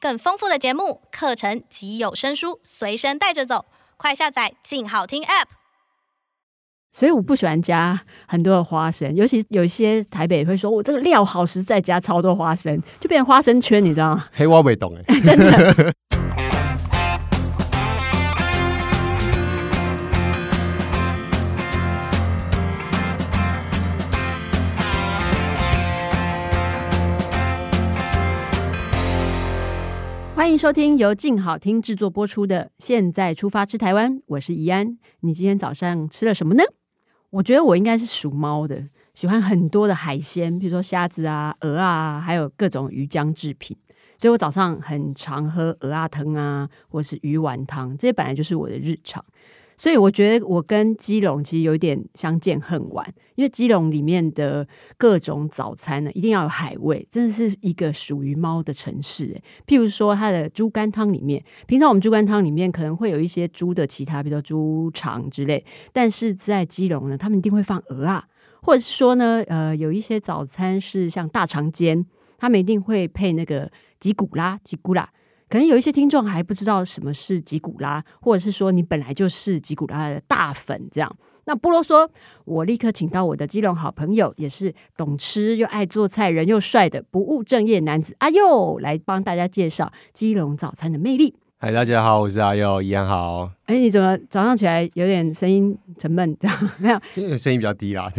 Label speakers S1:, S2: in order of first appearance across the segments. S1: 更丰富的节目、课程及有声书随身带着走，快下载“静好听 ”App。
S2: 所以我不喜欢加很多的花生，尤其有一些台北会说，哦我这个料好实在，加超多花生，就变成花生圈，你知道吗？
S3: 黑我未懂哎。
S2: 真的。欢迎收听由静好听制作播出的《现在出发吃台湾》，我是怡安。你今天早上吃了什么呢？我觉得我应该是属猫的，喜欢很多的海鲜，比如说虾子啊、鹅啊，还有各种鱼浆制品。所以我早上很常喝鹅啊汤啊，或是鱼丸汤，这些本来就是我的日常。所以我觉得我跟基隆其实有一点相见恨晚，因为基隆里面的各种早餐呢，一定要有海味，真的是一个属于猫的城市。欸譬如说它的猪肝汤里面，平常我们猪肝汤里面可能会有一些猪的其他，比如说猪肠之类，但是在基隆呢，他们一定会放鹅啊，或者是说呢，呃，有一些早餐是像大肠煎，他们一定会配那个吉古拉，吉古拉。可能有一些听众还不知道什么是吉古拉，或者是说你本来就是吉古拉的大粉这样。那不啰嗦，我立刻请到我的基隆好朋友，也是懂吃又爱做菜、人又帅的不务正业男子阿佑，来帮大家介绍基隆早餐的魅力。
S3: 嗨，大家好，我是阿佑，一样好。
S2: 哎，你怎么早上起来有点声音沉闷？这样 没有？
S3: 今天声音比较低啦，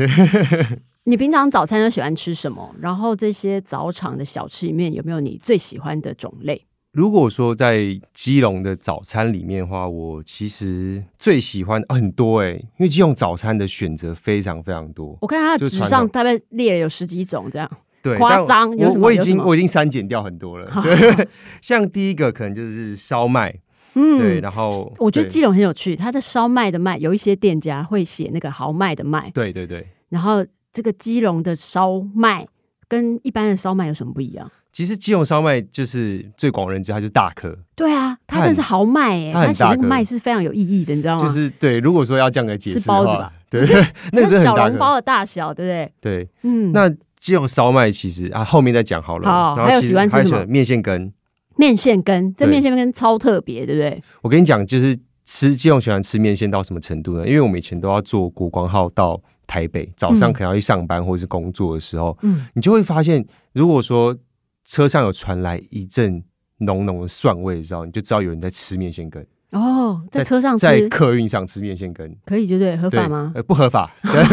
S2: 你平常早餐都喜欢吃什么？然后这些早场的小吃里面有没有你最喜欢的种类？
S3: 如果说在基隆的早餐里面的话，我其实最喜欢、啊、很多哎、因为基隆早餐的选择非常非常多。
S2: 我看它的
S3: 就
S2: 纸
S3: 传
S2: 上
S3: 统
S2: 大概列了有十几种这样。
S3: 对，
S2: 夸
S3: 但
S2: 张有
S3: 我
S2: 什么
S3: 我已
S2: 有什
S3: 经
S2: 么
S3: 我已经删减掉很多了。 对，像第一个可能就是烧麦，
S2: 嗯
S3: 对，然后
S2: 我觉得
S3: 对
S2: 基隆很有趣，它的烧麦的麦有一些店家会写那个豪迈的迈，
S3: 对对对，
S2: 然后这个基隆的烧麦跟一般的烧麦有什么不一样？
S3: 其实基隆烧麦就是最广人知，它就是大颗，
S2: 对啊，它
S3: 它
S2: 真
S3: 很
S2: 的是豪迈哎、
S3: 它很
S2: 它写那
S3: 大
S2: 个
S3: 个
S2: 麦是非常有意义的，你知道吗？
S3: 就是对。如果说要这样来解释
S2: 哦是
S3: 的
S2: 包子
S3: 话
S2: 吧，
S3: 对， 对那个
S2: 它
S3: 是
S2: 小
S3: 很大
S2: 笼包
S3: 颗。
S2: 的大小，对不对？
S3: 对，
S2: 嗯，
S3: 那基隆烧麦其实啊，后面再讲好了。
S2: 好
S3: 然
S2: 还有
S3: 后其
S2: 喜
S3: 实
S2: 欢吃
S3: 还有
S2: 什么
S3: 欢面线羹，
S2: 面线羹，这
S3: 对
S2: 面线羹超特别，对不对？
S3: 我跟你讲，就是吃基隆喜欢吃面线到什么程度呢？因为我们以前都要坐国光号到台北，早上
S2: 嗯
S3: 可能要去上班或者是工作的时候，
S2: 嗯，
S3: 你就会发现，如果说车上有传来一阵浓浓的蒜味的时候，你就知道有人在吃面线羹，
S2: 哦，在车上
S3: 在
S2: 吃
S3: 客运上吃面线羹，
S2: 可以，对不对？合
S3: 对
S2: 法吗？
S3: 呃，不合法。 对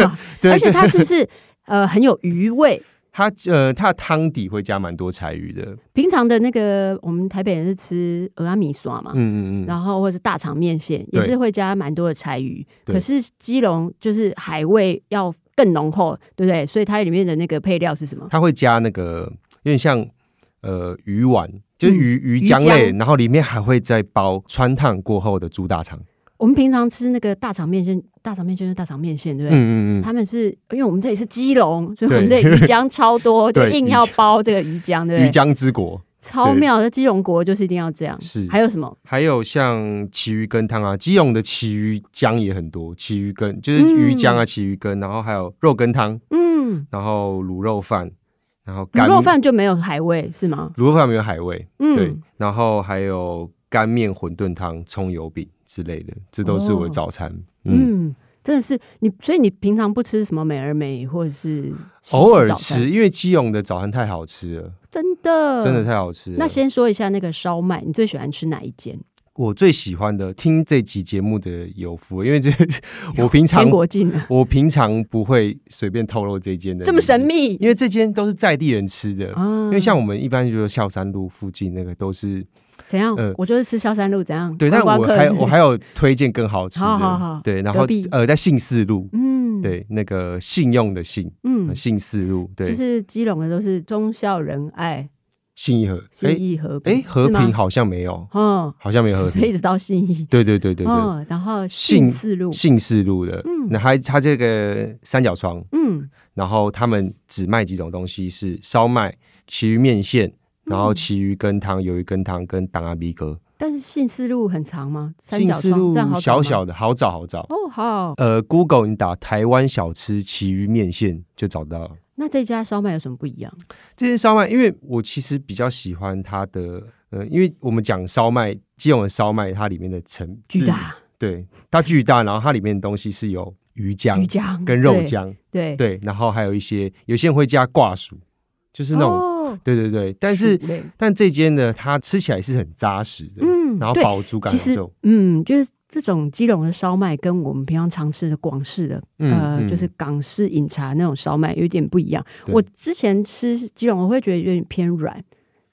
S3: 对，
S2: 而且
S3: 对
S2: 它是不是呃很有余味？
S3: 它呃它的汤底会加蛮多柴鱼的，
S2: 平常的那个我们台北人是吃俄阿米刷嘛，
S3: 嗯嗯嗯，
S2: 然后或者是大肠面线，也
S3: 对
S2: 是会加蛮多的柴鱼。
S3: 对
S2: 可是基隆就是海味要更浓厚，对不对？所以它里面的那个配料是什么？
S3: 它会加那个有点像呃鱼丸。就是鱼、鱼
S2: 嗯鱼
S3: 浆类，
S2: 浆
S3: 然后里面还会再包穿烫过后的猪大肠。
S2: 我们平常吃那个大肠面线，大肠面线就是大肠面线，对不对？
S3: 嗯嗯嗯，
S2: 他们是因为我们这里是基隆，所以我们这
S3: 对
S2: 里鱼浆超多，就
S3: 对
S2: 硬
S3: 鱼
S2: 要
S3: 浆
S2: 包这个鱼浆，对不
S3: 鱼
S2: 对？
S3: 浆之国
S2: 超
S3: 对
S2: 妙的基隆国就是一定要这样。
S3: 是。
S2: 还有什么？
S3: 还有像旗鱼羹汤啊，基隆的旗鱼浆也很多，旗鱼羹就是鱼浆啊，旗鱼羹，然后还有肉羹汤，
S2: 嗯，
S3: 然后卤肉饭，然后
S2: 卤
S3: 干
S2: 肉饭就没有海味是吗？
S3: 卤肉饭没有海味，
S2: 嗯，
S3: 对，然后还有干面馄饨汤、葱油饼之类的，这都是我的早餐。嗯，
S2: 哦嗯，真的是你，所以你平常不吃什么美而美或者是西式
S3: 偶尔
S2: 早餐
S3: 吃，因为基隆的早餐太好吃了，
S2: 真的
S3: 真的太好吃了。
S2: 嗯那先说一下那个烧麦，你最喜欢吃哪一间？
S3: 我最喜欢的，听这集节目的有福，因为这 我平常
S2: 天国境啊，
S3: 我平常不会随便透露这间的，
S2: 这么神，秘
S3: 因为这间都是在地人吃的。
S2: 啊
S3: 因为像我们一般，就是孝山路附近那个都是
S2: 怎样
S3: 呃？
S2: 我就是吃萧山路怎样？
S3: 对，
S2: 观
S3: 但我
S2: 光客
S3: 还
S2: 是不是
S3: 我还有推荐更好吃的，
S2: 好好好
S3: 对，然后
S2: 隔壁
S3: 呃在信四路，
S2: 嗯
S3: 对，那个信用的信，
S2: 嗯，
S3: 信四路，对，
S2: 就是基隆的都是忠孝仁爱、
S3: 信义和，
S2: 信义和
S3: 哎
S2: 平，
S3: 和
S2: 是吗
S3: 平好像没有，
S2: 哦，
S3: 好像没有和
S2: 所以一
S3: 平，
S2: 直到信义，
S3: 对对对对对，
S2: 嗯，然后信
S3: 信
S2: 四路，
S3: 信四路的，那还它这个三角窗，
S2: 嗯，
S3: 然后他们只卖几种东西，是烧麦、其余面线，
S2: 嗯
S3: 然后其余羹汤、鱿鱼羹汤跟党阿鼻哥，
S2: 但是信四路很长吗？三
S3: 信
S2: 角
S3: 四
S2: 窗
S3: 路
S2: 这样好找
S3: 小
S2: 吗
S3: 小的，好找好找。
S2: 哦，好，
S3: 呃，Google 你打台湾小吃其余面线就找到了。
S2: 那这家烧麦有什么不一样？
S3: 这间烧麦，因为我其实比较喜欢它的呃，因为我们讲烧麦，基隆的烧麦它里面的成
S2: 巨，大
S3: 对，它巨大，然后它里面的东西是有鱼
S2: 鱼
S3: 浆
S2: 浆
S3: 跟肉，浆，
S2: 对对，
S3: 对，然后还有一些有些人会加挂薯，就是那种，
S2: 哦
S3: 对对对，但是
S2: 薯类
S3: 但这间呢，它吃起来是很扎实的，
S2: 嗯
S3: 然后
S2: 对
S3: 饱足感
S2: 其
S3: 很
S2: 实
S3: 重，
S2: 嗯，就是这种基隆的烧麦跟我们平常常吃的广式的
S3: 嗯
S2: 呃，就是港式饮茶那种烧麦有点不一样。
S3: 对
S2: 我之前吃基隆，我会觉得有点偏软，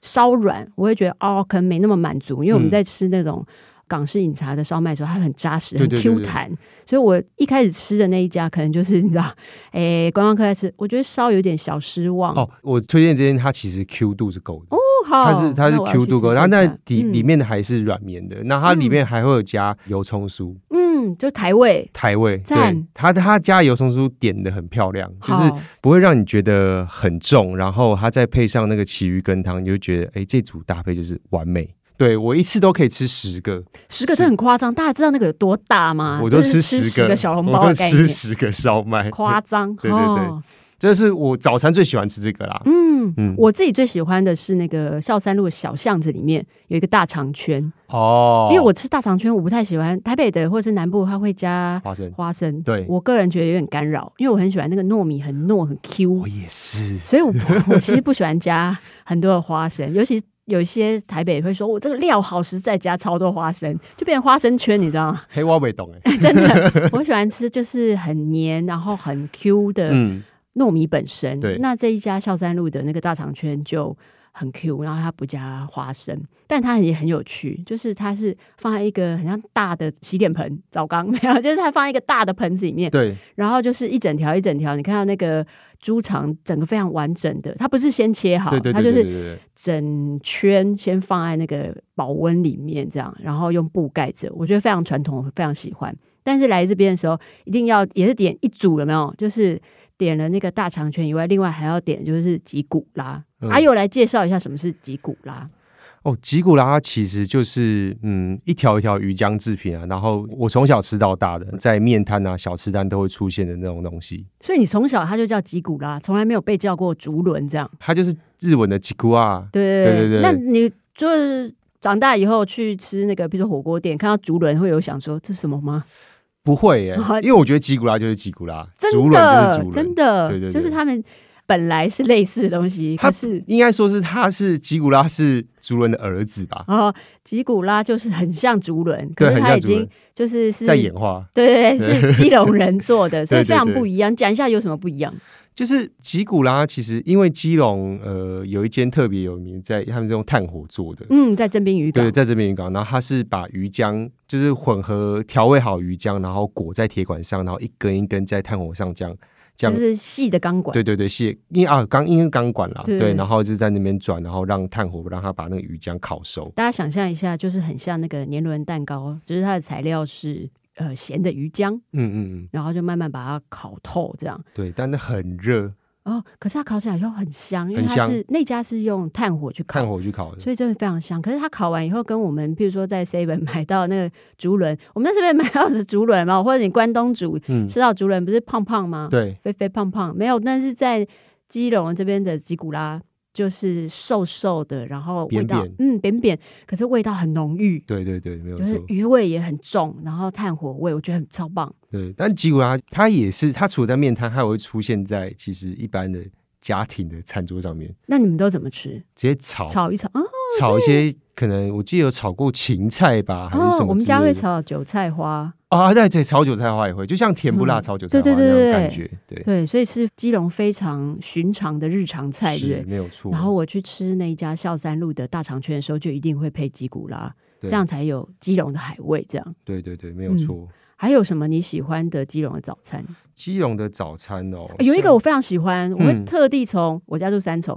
S2: 稍软，我会觉得哦，可能没那么满足，因为我们
S3: 嗯
S2: 在吃那种港式饮茶的烧麦的时候，它很扎实，
S3: 对
S2: 很
S3: 对对
S2: Q
S3: 对
S2: 弹。所以我一开始吃的那一家，可能就是 你知道，诶，观光客在吃，我觉得稍有点小失望。
S3: 哦，我推荐这间，它其实 Q 度是够的。
S2: 不好，
S3: 它是它是
S2: 哦那我要
S3: Q
S2: 去
S3: 度
S2: 吃
S3: 够，
S2: 这
S3: 然后那
S2: 家
S3: 底里
S2: 嗯
S3: 面的还是软绵的，那它里面还会有加油葱酥，
S2: 嗯，就台味，
S3: 台味，对
S2: 赞，
S3: 它它加油葱酥点的很漂亮，就是
S2: 好
S3: 不会让你觉得很重，然后它再配上那个奇鱼羹汤，你就觉得哎，这组搭配就是完美。对我一次都可以吃十个，
S2: 十个真的很夸张，大家知道那个有多大吗？
S3: 我都
S2: 啊就是
S3: 吃
S2: 吃
S3: 十个
S2: 个小笼
S3: 我
S2: 包
S3: 就
S2: 的概
S3: 吃
S2: 念，
S3: 十个烧麦，
S2: 夸张。
S3: 对对对
S2: 哦
S3: 这是我早餐最喜欢吃这个啦。
S2: 嗯
S3: 嗯
S2: 我自己最喜欢的是那个孝三路的小巷子里面有一个大肠圈，
S3: 哦，
S2: 因为我吃大肠圈我不太喜欢台北的或者是南部，它会加
S3: 花生，
S2: 花生，
S3: 对
S2: 我个人觉得有点干扰，因为我很喜欢那个糯米很糯很 Q，
S3: 我也是，
S2: 所以我我其实不喜欢加很多的花生，尤其。有一些台北会说，哦我这个料好实在，加超多花生，就变成花生圈，你知道吗？
S3: 黑我未懂哎，
S2: 真的，我喜欢吃就是很黏，然后很 Q 的
S3: 嗯，
S2: 糯米本身。
S3: 对
S2: 那这一家孝山路的那个大肠圈就很 Q，然后它不加花生，但它也很有趣，就是它是放在一个很像大的洗脸盆，澡缸 没有，就是它放在一个大的盆子里面，
S3: 对，
S2: 然后就是一整条一整条，你看到那个猪肠整个非常完整的，它不是先切好，
S3: 对对
S2: 它
S3: 对
S2: 就
S3: 对对
S2: 是
S3: 对对。
S2: 整圈先放在那个保温里面，这样，然后用布盖着，我觉得非常传统，我非常喜欢。但是来这边的时候，一定要也是点一组，有没有？就是点了那个大肠圈以外，另外还要点就是吉古拉。
S3: 嗯
S2: 阿佑来介绍一下什么是吉古拉。
S3: 哦，吉古拉它其实就是嗯一条一条鱼浆制品啊，然后我从小吃到大的，在面摊啊、小吃摊都会出现的那种东西，
S2: 所以你从小他就叫吉古拉，从来没有被叫过竹轮这样。
S3: 它就是日文的吉古啊。
S2: 对
S3: 对对对
S2: 那你就是长大以后去吃那个，比如说火锅店，看到竹轮会有想说这是什么吗？
S3: 不 会耶、因为我觉得吉古拉就是吉古拉，
S2: 真
S3: 竹轮就是
S2: 的
S3: 竹，轮，
S2: 真的，
S3: 对对对
S2: 就是他们本来是类似的东西，
S3: 它
S2: 可是
S3: 应该说是它是吉古拉是竹轮的儿子吧，
S2: 哦，吉古拉就是很像竹轮，
S3: 对
S2: 可是
S3: 很
S2: 它
S3: 像
S2: 已
S3: 竹轮
S2: 经就是是
S3: 在演化。
S2: 对对对，是基隆人做 的，所以
S3: 对对
S2: 非常
S3: 对
S2: 不一样。讲一下有什么不一样？
S3: 就是吉古拉其实因为基隆呃有一间特别有名，在他们是用炭火做的，
S2: 嗯，在征滨渔港
S3: 对，，在这边渔港，然后它是把鱼浆就是混合调味好鱼浆，然后裹在铁管上，然后一根一根在炭火上这样这
S2: 就
S3: 样。
S2: 是细的钢管，
S3: 对对对，是因为啊钢因为是钢管啦，
S2: 对
S3: 对，然后就在那边转，然后让炭火让它把那个鱼浆烤熟。
S2: 大家想象一下，就是很像那个年轮蛋糕，只、是它的材料是呃咸的鱼浆，
S3: 嗯嗯嗯，
S2: 然后就慢慢把它烤透这样。
S3: 对，但是很热，
S2: 哦，可是它烤起来以后很香，因为
S3: 很
S2: 它
S3: 香
S2: 是那家是用炭火去
S3: 炭
S2: 烤。
S3: 火去烤的。
S2: 所以真的非常香，可是它烤完以后，跟我们譬如说在 Seven 买到那个竹轮，我们在 Seven 买到的竹轮嘛，或者你关东煮
S3: 嗯，
S2: 吃到竹轮不是胖胖吗？
S3: 对，
S2: 肥肥胖胖，没有，但是在基隆这边的吉古拉就是瘦瘦的，然后味道
S3: 扁
S2: 嗯扁扁，可是味道很浓郁，
S3: 对对对，没有
S2: 就是
S3: 错。
S2: 鱼味也很重，然后炭火味我觉得很超棒。
S3: 对，但吉古拉它也是，它除了在面摊，它也会出现在其实一般的家庭的餐桌上面，
S2: 那你们都怎么吃？
S3: 直接炒
S2: 炒一炒啊？
S3: 炒一些可能我记得有炒过芹菜吧，还是
S2: 哦，
S3: 什么之类的？
S2: 我们家会炒韭菜花，
S3: 啊，对对，炒韭菜花也会，就像甜不辣
S2: 嗯
S3: 炒韭菜花
S2: 对对对
S3: 那种
S2: 对
S3: 感觉，对，
S2: 对，所以是基隆非常寻常的日常菜，对不
S3: 是
S2: 对？
S3: 没有错。
S2: 然后我去吃那一家孝三路的大肠圈的时候，就一定会配吉古拉，
S3: 对
S2: 这样才有基隆的海味。这样
S3: 对对对，没有错。
S2: 还有什么你喜欢的基隆的早餐？
S3: 基隆的早餐哦，
S2: 有一个
S3: 像
S2: 我非常喜欢，我会
S3: 嗯
S2: 特地从、我家住三重，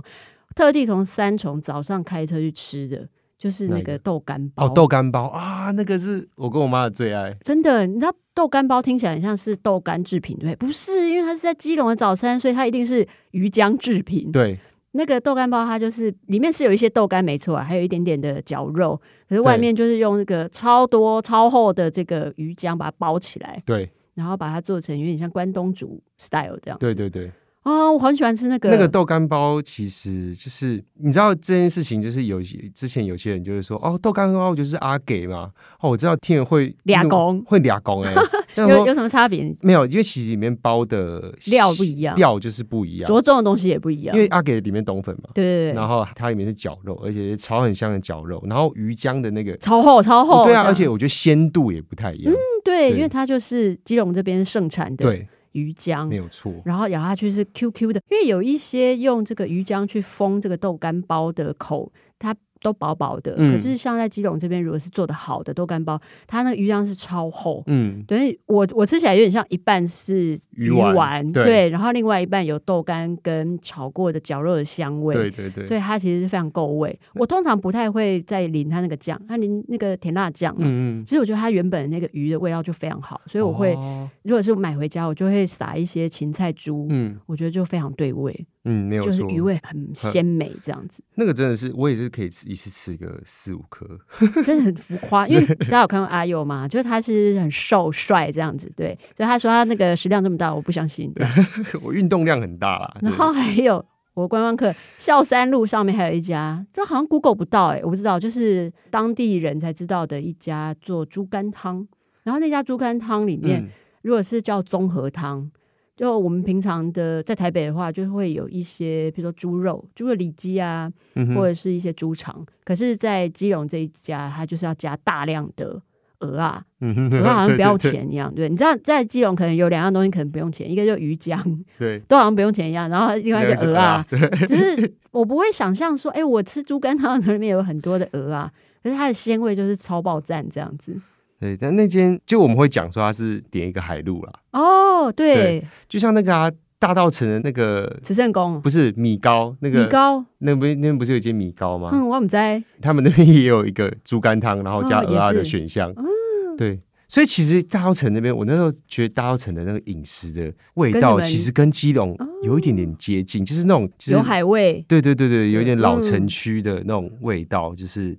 S2: 特地从三重早上开车去吃的，就是那
S3: 哪一
S2: 个
S3: 个
S2: 豆干包。
S3: 哦豆干包啊，那个是我跟我妈的最爱。
S2: 真的，你知道豆干包听起来很像是豆干制品，对不对？不是，因为它是在基隆的早餐，所以它一定是鱼浆制品。
S3: 对
S2: 那个豆干包它就是里面是有一些豆干，没错、啊，还有一点点的绞肉，可是外
S3: 对
S2: 面就是用那个超多超厚的这个鱼浆把它包起来，
S3: 对
S2: 然后把它做成有点像关东煮 style 这样子。
S3: 对对对，
S2: 哦，我很喜欢吃那个
S3: 那个豆干包其实就是你知道这件事情，就是有些之前有些人就会说哦，豆干包就是阿给嘛。哦，我知道听了会
S2: 俩
S3: 怒
S2: 公
S3: 会俩公 哎，但
S2: 有有
S3: 说
S2: 什么差别？
S3: 没有，因为其实里面包的
S2: 料不一样
S3: 料就是不一样，
S2: 着重的东西也不一样。
S3: 因为阿给里面冬粉嘛，
S2: 对对对，
S3: 然后它里面是绞肉，而且是炒很香的绞肉，然后鱼浆的那个。
S2: 超厚超厚。这
S3: 对啊，
S2: 样
S3: 而且我觉得鲜度也不太一样，
S2: 嗯对，
S3: 对
S2: 因为它就是基隆这边盛产的
S3: 对，
S2: 鱼浆
S3: 没，有错。
S2: 然后咬下去是 QQ 的，因为有一些用这个鱼浆去封这个豆干包的口，它都薄薄的。
S3: 嗯
S2: 可是像在基隆这边，如果是做的好的豆干包，它那个鱼浆是超厚。
S3: 嗯，
S2: 等于我我吃起来有点像一半是
S3: 鱼丸对
S2: 对，然后另外一半有豆干跟炒过的绞肉的香味，
S3: 对对对，
S2: 所以它其实是非常够味。我通常不太会再淋它那个酱，它淋那个甜辣酱、啊，
S3: 嗯嗯，
S2: 其实我觉得它原本的那个鱼的味道就非常好，所以我会、
S3: 哦
S2: 如果是买回家，我就会撒一些芹菜珠，
S3: 嗯
S2: 我觉得就非常对味，
S3: 嗯，没有
S2: 就是
S3: 错，
S2: 鱼 味很鲜美，这样子
S3: 那个真的是我也是可以吃一次吃个四五颗，
S2: 真的很浮夸。因为大家有看过阿佑嘛，就是他是很瘦帅这样子，对，所以他说他那个食量这么大，我不相信。
S3: 我运动量很大啦。
S2: 然后还有我观光客孝山路上面还有一家，这好像 Google 不到哎、我不知道，就是当地人才知道的一家做猪肝汤。然后那家猪肝汤里
S3: 对
S2: 面，如果是叫综合汤，就我们平常的在台北的话，就会有一些，比如说猪肉、猪的里脊啊，
S3: 嗯嗯
S2: 或
S3: 哼
S2: 者是一些猪肠。可是，在基隆这一家，它就是要加大量的鹅啊，
S3: 嗯哼，
S2: 鹅 啊好像不要
S3: 对，对
S2: 钱一样。对，你知道在基隆可能有两样东西可能不用钱，一个就是鱼浆，
S3: 对，对
S2: 都好像不用钱一样，然后另外一
S3: 两
S2: 个
S3: 只
S2: 鹅
S3: 鹅
S2: 啊
S3: 啊，
S2: 只是我不会想象说，哎、我吃猪肝汤里面有很多的鹅啊，可是它的鲜味就是超爆赞这样子。
S3: 对，但那间就我们会讲说它是点一个海陆啦，
S2: 哦，对，
S3: 就像那个啊大道城的那个
S2: 慈圣宫
S3: 不是米糕那
S2: 米
S3: 个。
S2: 糕，
S3: 那边那边不是有一间米糕吗？
S2: 嗯，我们在
S3: 他们那边也有一个猪肝汤，然后加
S2: 哦
S3: 鹅啊
S2: 也
S3: 的
S2: 是
S3: 选项。对，所以其实大稻城那边，我那时候觉得大稻城的那个饮食的味
S2: 跟你
S3: 道，
S2: 们哦
S3: 其实跟基隆有一点点接近，就是那种其实
S2: 有海味，
S3: 对对对对，有一点老城
S2: 嗯
S3: 区的那种味道，就是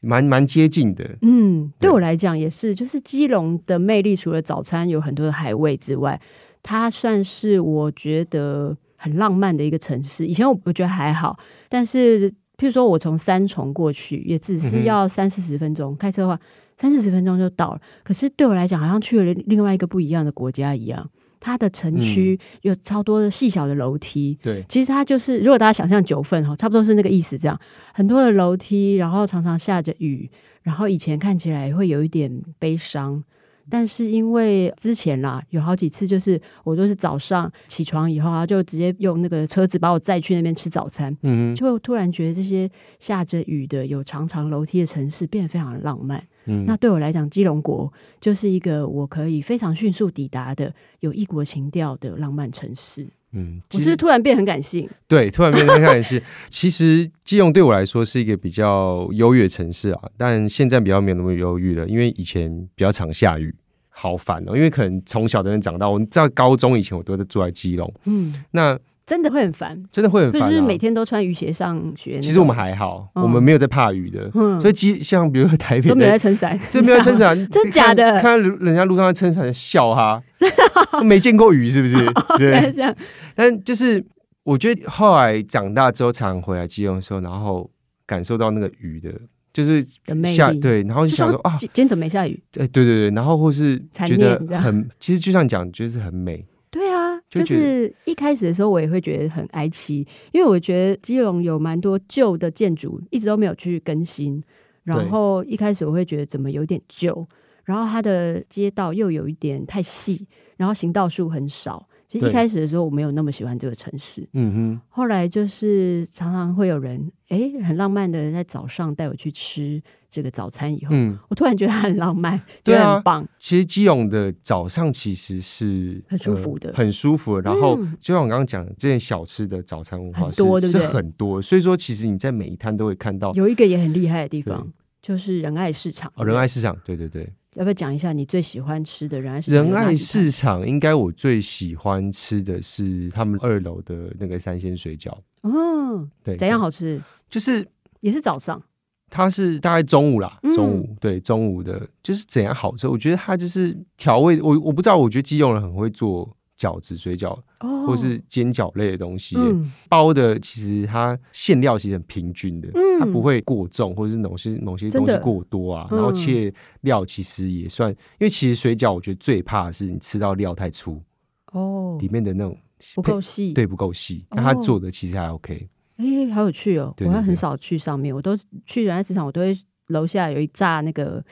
S3: 蛮蛮接近的。
S2: 嗯，对
S3: 对
S2: 我来讲也是，就是基隆的魅力，除了早餐有很多的海味之外，它算是我觉得很浪漫的一个城市。以前我我觉得还好，但是譬如说我从三重过去，也只是要三四十分钟，开车的话三四十分钟就到了。可是对我来讲，好像去了另另外一个不一样的国家一样。它的城区有超多的细小的楼梯，
S3: 对，
S2: 其实它就是，如果大家想象九份哈，差不多是那个意思，这样很多的楼梯，然后常常下着雨，然后以前看起来会有一点悲伤。但是因为之前啦，有好几次就是我都是早上起床以后啊，就直接用那个车子把我载去那边吃早餐，
S3: 嗯哼
S2: 就突然觉得这些下着雨的有长长楼梯的城市变得非常浪漫。
S3: 嗯，
S2: 那对我来讲，基隆国就是一个我可以非常迅速抵达的有异国情调的浪漫城市。
S3: 嗯，
S2: 我
S3: 其
S2: 是不是
S3: 实
S2: 突然变很感性。
S3: 对，突然变成看是，其实基隆对我来说是一个比较优越的城市啊，但现在比较没有那么忧郁了，因为以前比较常下雨，好烦哦。因为可能从小的人长大，我在高中以前我都在住在基隆，
S2: 嗯，
S3: 那
S2: 真的会很烦，
S3: 真的会很
S2: 就
S3: 烦、啊。
S2: 是每天都穿雨鞋上学那种。
S3: 其实我们还好，
S2: 嗯
S3: 我们没有在怕雨的，
S2: 嗯
S3: 所以基像比如说台北
S2: 都没有在
S3: 的
S2: 撑伞，
S3: 这没 有撑伞，
S2: 真假的
S3: 看看到人家路上在撑伞笑哈，没见过雨是 不是？对，
S2: 这样
S3: 但就是我觉得后来长大之后，常常回来基隆的时候，然后感受到那个雨的，就是
S2: 的魅
S3: 下
S2: 力。，
S3: 对，然后就
S2: 就
S3: 想说啊，
S2: 今今天怎么没下雨？
S3: 哎，对对对，然后或是
S2: 残
S3: 觉得
S2: 念这样
S3: 很，其实就像你讲，就是很美，
S2: 对啊，
S3: 就
S2: 就
S3: 觉得
S2: 是一开始的时候，我也会觉得很哀戚，因为我觉得基隆有蛮多旧的建筑一直都没有去更新，然
S3: 对
S2: 后一开始我会觉得怎么有点旧，然后它的街道又有一点太细，然后行道树很少。其实一
S3: 对
S2: 开始的时候，我没有那么喜欢这个城市，
S3: 嗯
S2: 后来就是常常会有人诶，很浪漫的在早上带我去吃这个早餐以
S3: 哼，
S2: 后，
S3: 嗯。
S2: 我突然觉得它很浪漫，觉
S3: 对啊
S2: 得很棒，
S3: 其实基隆的早上其实是
S2: 很舒服的
S3: 呃很舒服的。然后
S2: 嗯
S3: 就像我刚刚讲，这些小吃的早餐文化
S2: 很
S3: 是
S2: 多对不
S3: 是
S2: 对
S3: 很多，所以说其实你在每一摊都会看到
S2: 有一个也很厉害的地方
S3: 对。
S2: 就是仁爱市场
S3: 哦，仁爱市场，对对对，
S2: 要不要讲一下你最喜欢吃的仁爱市场？
S3: 仁爱市场应该我最喜欢吃的是他们二楼的那个三鲜水饺，
S2: 哦，
S3: 对，
S2: 怎样？好吃？
S3: 就是
S2: 也是早上，
S3: 它是大概中午啦
S2: 嗯，
S3: 中午、对中午的，就是怎样好吃？我觉得它就是调味，我我不知道，我觉得基隆人很会做饺子、水饺
S2: 哦
S3: 或是煎饺类的东西。
S2: 嗯
S3: 包的其实它馅料其实很平均的，
S2: 嗯
S3: 它不会过重，或者是某些某些
S2: 真
S3: 东西
S2: 的
S3: 过多啊。
S2: 嗯
S3: 然后切料其实也算，因为其实水饺我觉得最怕的是你吃到料太粗，
S2: 哦
S3: 里面的那种
S2: 不够细，
S3: 对不够细。
S2: 哦
S3: 那它做的其实还 OK，
S2: 哎、好有趣哦！
S3: 对
S2: 我
S3: 对
S2: 还很
S3: 对
S2: 少去上面，我都去人家市场，我都会楼下有一炸那个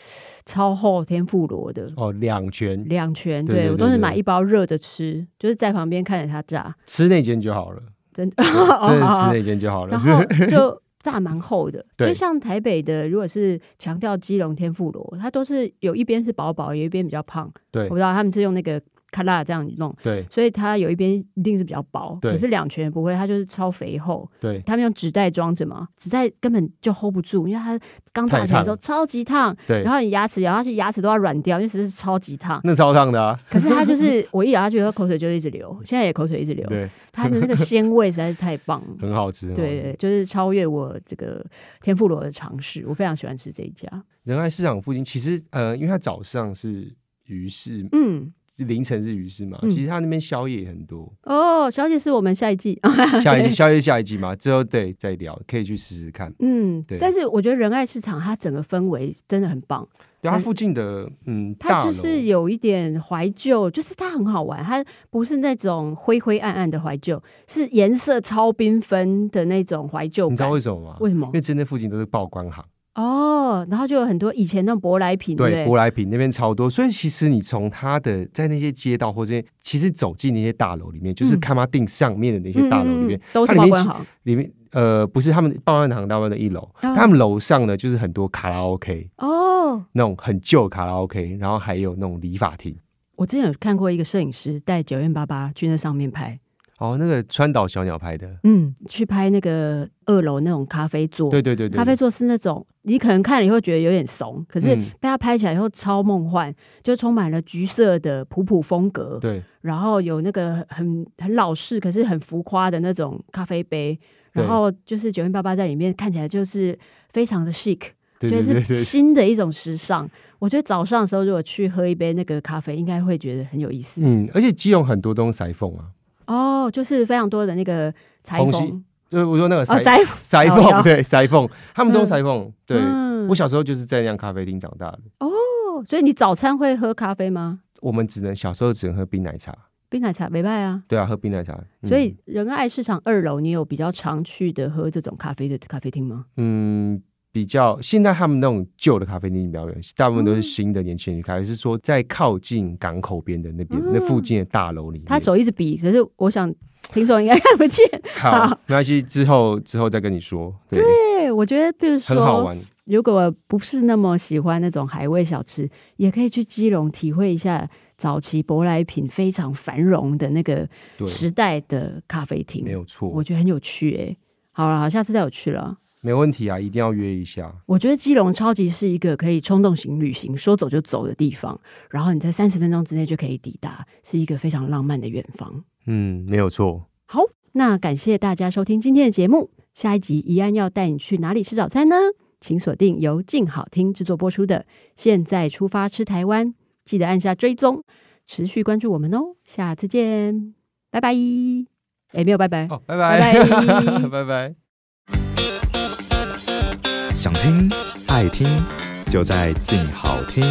S2: 超厚天妇罗的
S3: 哦，两拳
S2: 两圈，
S3: 对对
S2: 我都
S3: 对
S2: 是
S3: 对
S2: 买一包热的吃，就是在旁边看着它炸，
S3: 吃那间就好了，
S2: 真的真
S3: 真的吃那间就好了。
S2: 然后就炸蛮厚的，因
S3: 对
S2: 为像台北的，如果是强调基隆天妇罗，它都是有一边是薄薄，有一边比较胖，
S3: 对
S2: 我不知道他们是用那个咔啦这样弄。
S3: 对
S2: 所以它有一边一定是比较薄，
S3: 对
S2: 可是两拳不会，它就是超肥厚，
S3: 对
S2: 他们用纸袋装着嘛，纸袋根本就 hold 不住，因为它刚炸起来的时候超级烫，
S3: 对
S2: 然，后你牙齿咬下去，牙齿都要软掉，因为实在是超级 烫。
S3: 那超烫的啊，
S2: 可是它就是我一咬下去，它口水就一直流，现在也口水一直流。
S3: 对，
S2: 它的那个鲜味实在是太棒了，
S3: 很好吃。哦嗯很好吃
S2: 对对，就是超越我这个天妇罗的尝试，我非常喜欢吃这一家。
S3: 仁爱市场附近其实呃，因为它早上是鱼市，
S2: 嗯，
S3: 凌晨是鱼市嘛，
S2: 嗯
S3: 其实它那边宵夜也很多。
S2: 哦，小姐是我们下一季，啊
S3: 下一季，下一季，下一季嘛，之后对再聊，可以去试试看。
S2: 嗯，
S3: 对
S2: 但是我觉得仁爱市场它整个氛围真的很棒。
S3: 对，它
S2: 嗯
S3: 附近的嗯
S2: 它
S3: 大
S2: 就
S3: 楼，
S2: 是有一点怀旧，就是它很好玩，它不是那种灰灰暗暗的怀旧，是颜色超缤纷的那种怀旧
S3: 你知道
S2: 感。
S3: 为什么吗？
S2: 为什么
S3: 因？为真的附近都是报关行，
S2: 哦，然后就有很多以前那种舶来品，对
S3: 对，
S2: 不
S3: 舶
S2: 对？
S3: 来品那边超多，所以其实你从它的在那些街道或者其实走进那些大楼里面，就是
S2: 嗯
S3: 看它定上面的那些大楼里面，
S2: 嗯嗯嗯都是
S3: 它里
S2: 报
S3: 面
S2: 关
S3: 其
S2: 行，
S3: 里面呃不是他们报关行大湾的一楼，
S2: 嗯
S3: 他们楼上呢就是很多卡拉 OK
S2: 哦。
S3: 那种很旧的卡拉 OK，然后还有那种理发厅。
S2: 我之前有看过一个摄影师带九院八八去那上面拍，
S3: 哦，那个川岛小鸟拍的，
S2: 嗯，去拍那个二楼那种咖啡座，
S3: 对对对对，
S2: 咖啡座是那种你可能看了以后觉得有点怂，可是
S3: 嗯
S2: 被它拍起来以后超梦幻，就充满了橘色的普普风格，
S3: 对
S2: 然后有那个很很老式，可是很浮夸的那种咖啡杯，
S3: 对
S2: 然后就是九零八八在里面看起来就是非常的 chic，
S3: 对对
S2: 就
S3: 对
S2: 是
S3: 对，
S2: 新的一种时尚。我觉得早上的时候如果去喝一杯那个咖啡，应该会觉得很有意思、
S3: 嗯，而且基隆很多东西塞缝啊，
S2: 哦，就是非常多的那个裁
S3: 红
S2: 缝
S3: 心对，我说那个
S2: 哦，
S3: 塞
S2: 裁缝
S3: 塞
S2: 哦有
S3: 缝，对塞缝，他们
S2: 嗯
S3: 都是塞缝，对
S2: 嗯
S3: 我小时候就是在那样咖啡厅长大的，
S2: 哦，所以你早餐会喝咖啡吗？
S3: 我们只能小时候只能喝冰奶茶，
S2: 冰奶茶没办啊，
S3: 对啊，喝冰奶茶，嗯
S2: 所以仁爱市场二楼，你有比较常去的喝这种咖啡的咖啡厅吗？
S3: 嗯。比较现在他们那种旧的咖啡厅比较有，大部分都
S2: 嗯
S3: 是新的年轻人去开，还是说在靠近港口边的那边、那附近的大楼里面？
S2: 嗯他手一直比，可是我想听众应该 看不见。
S3: 好，没关系，之后之后再跟你说，对，
S2: 对，我觉得，比如
S3: 很好
S2: 说，
S3: 玩，
S2: 如果不是那么喜欢那种海味小吃，也可以去基隆体会一下早期舶来品非常繁荣的那个
S3: 对，
S2: 时代的咖啡厅。
S3: 没有错
S2: 我，觉得很有趣诶、好了，下次再有去了。
S3: 没问题啊，一定要约一下。
S2: 我觉得基隆超级是一个可以冲动型旅行，说走就走的地方，然后你在三十分钟之内就可以抵达，是一个非常浪漫的远方。
S3: 嗯，没有错。
S2: 好，那感谢大家收听今天的节目。下一集怡安要带你去哪里吃早餐呢？请锁定由静好听制作播出的《现在出发吃台湾》，记得按下追踪，持续关注我们哦。下次见，拜拜。哎，没有拜拜。
S3: 哦，拜
S2: 拜拜
S3: 拜拜。
S4: 想听爱听，就在静好听。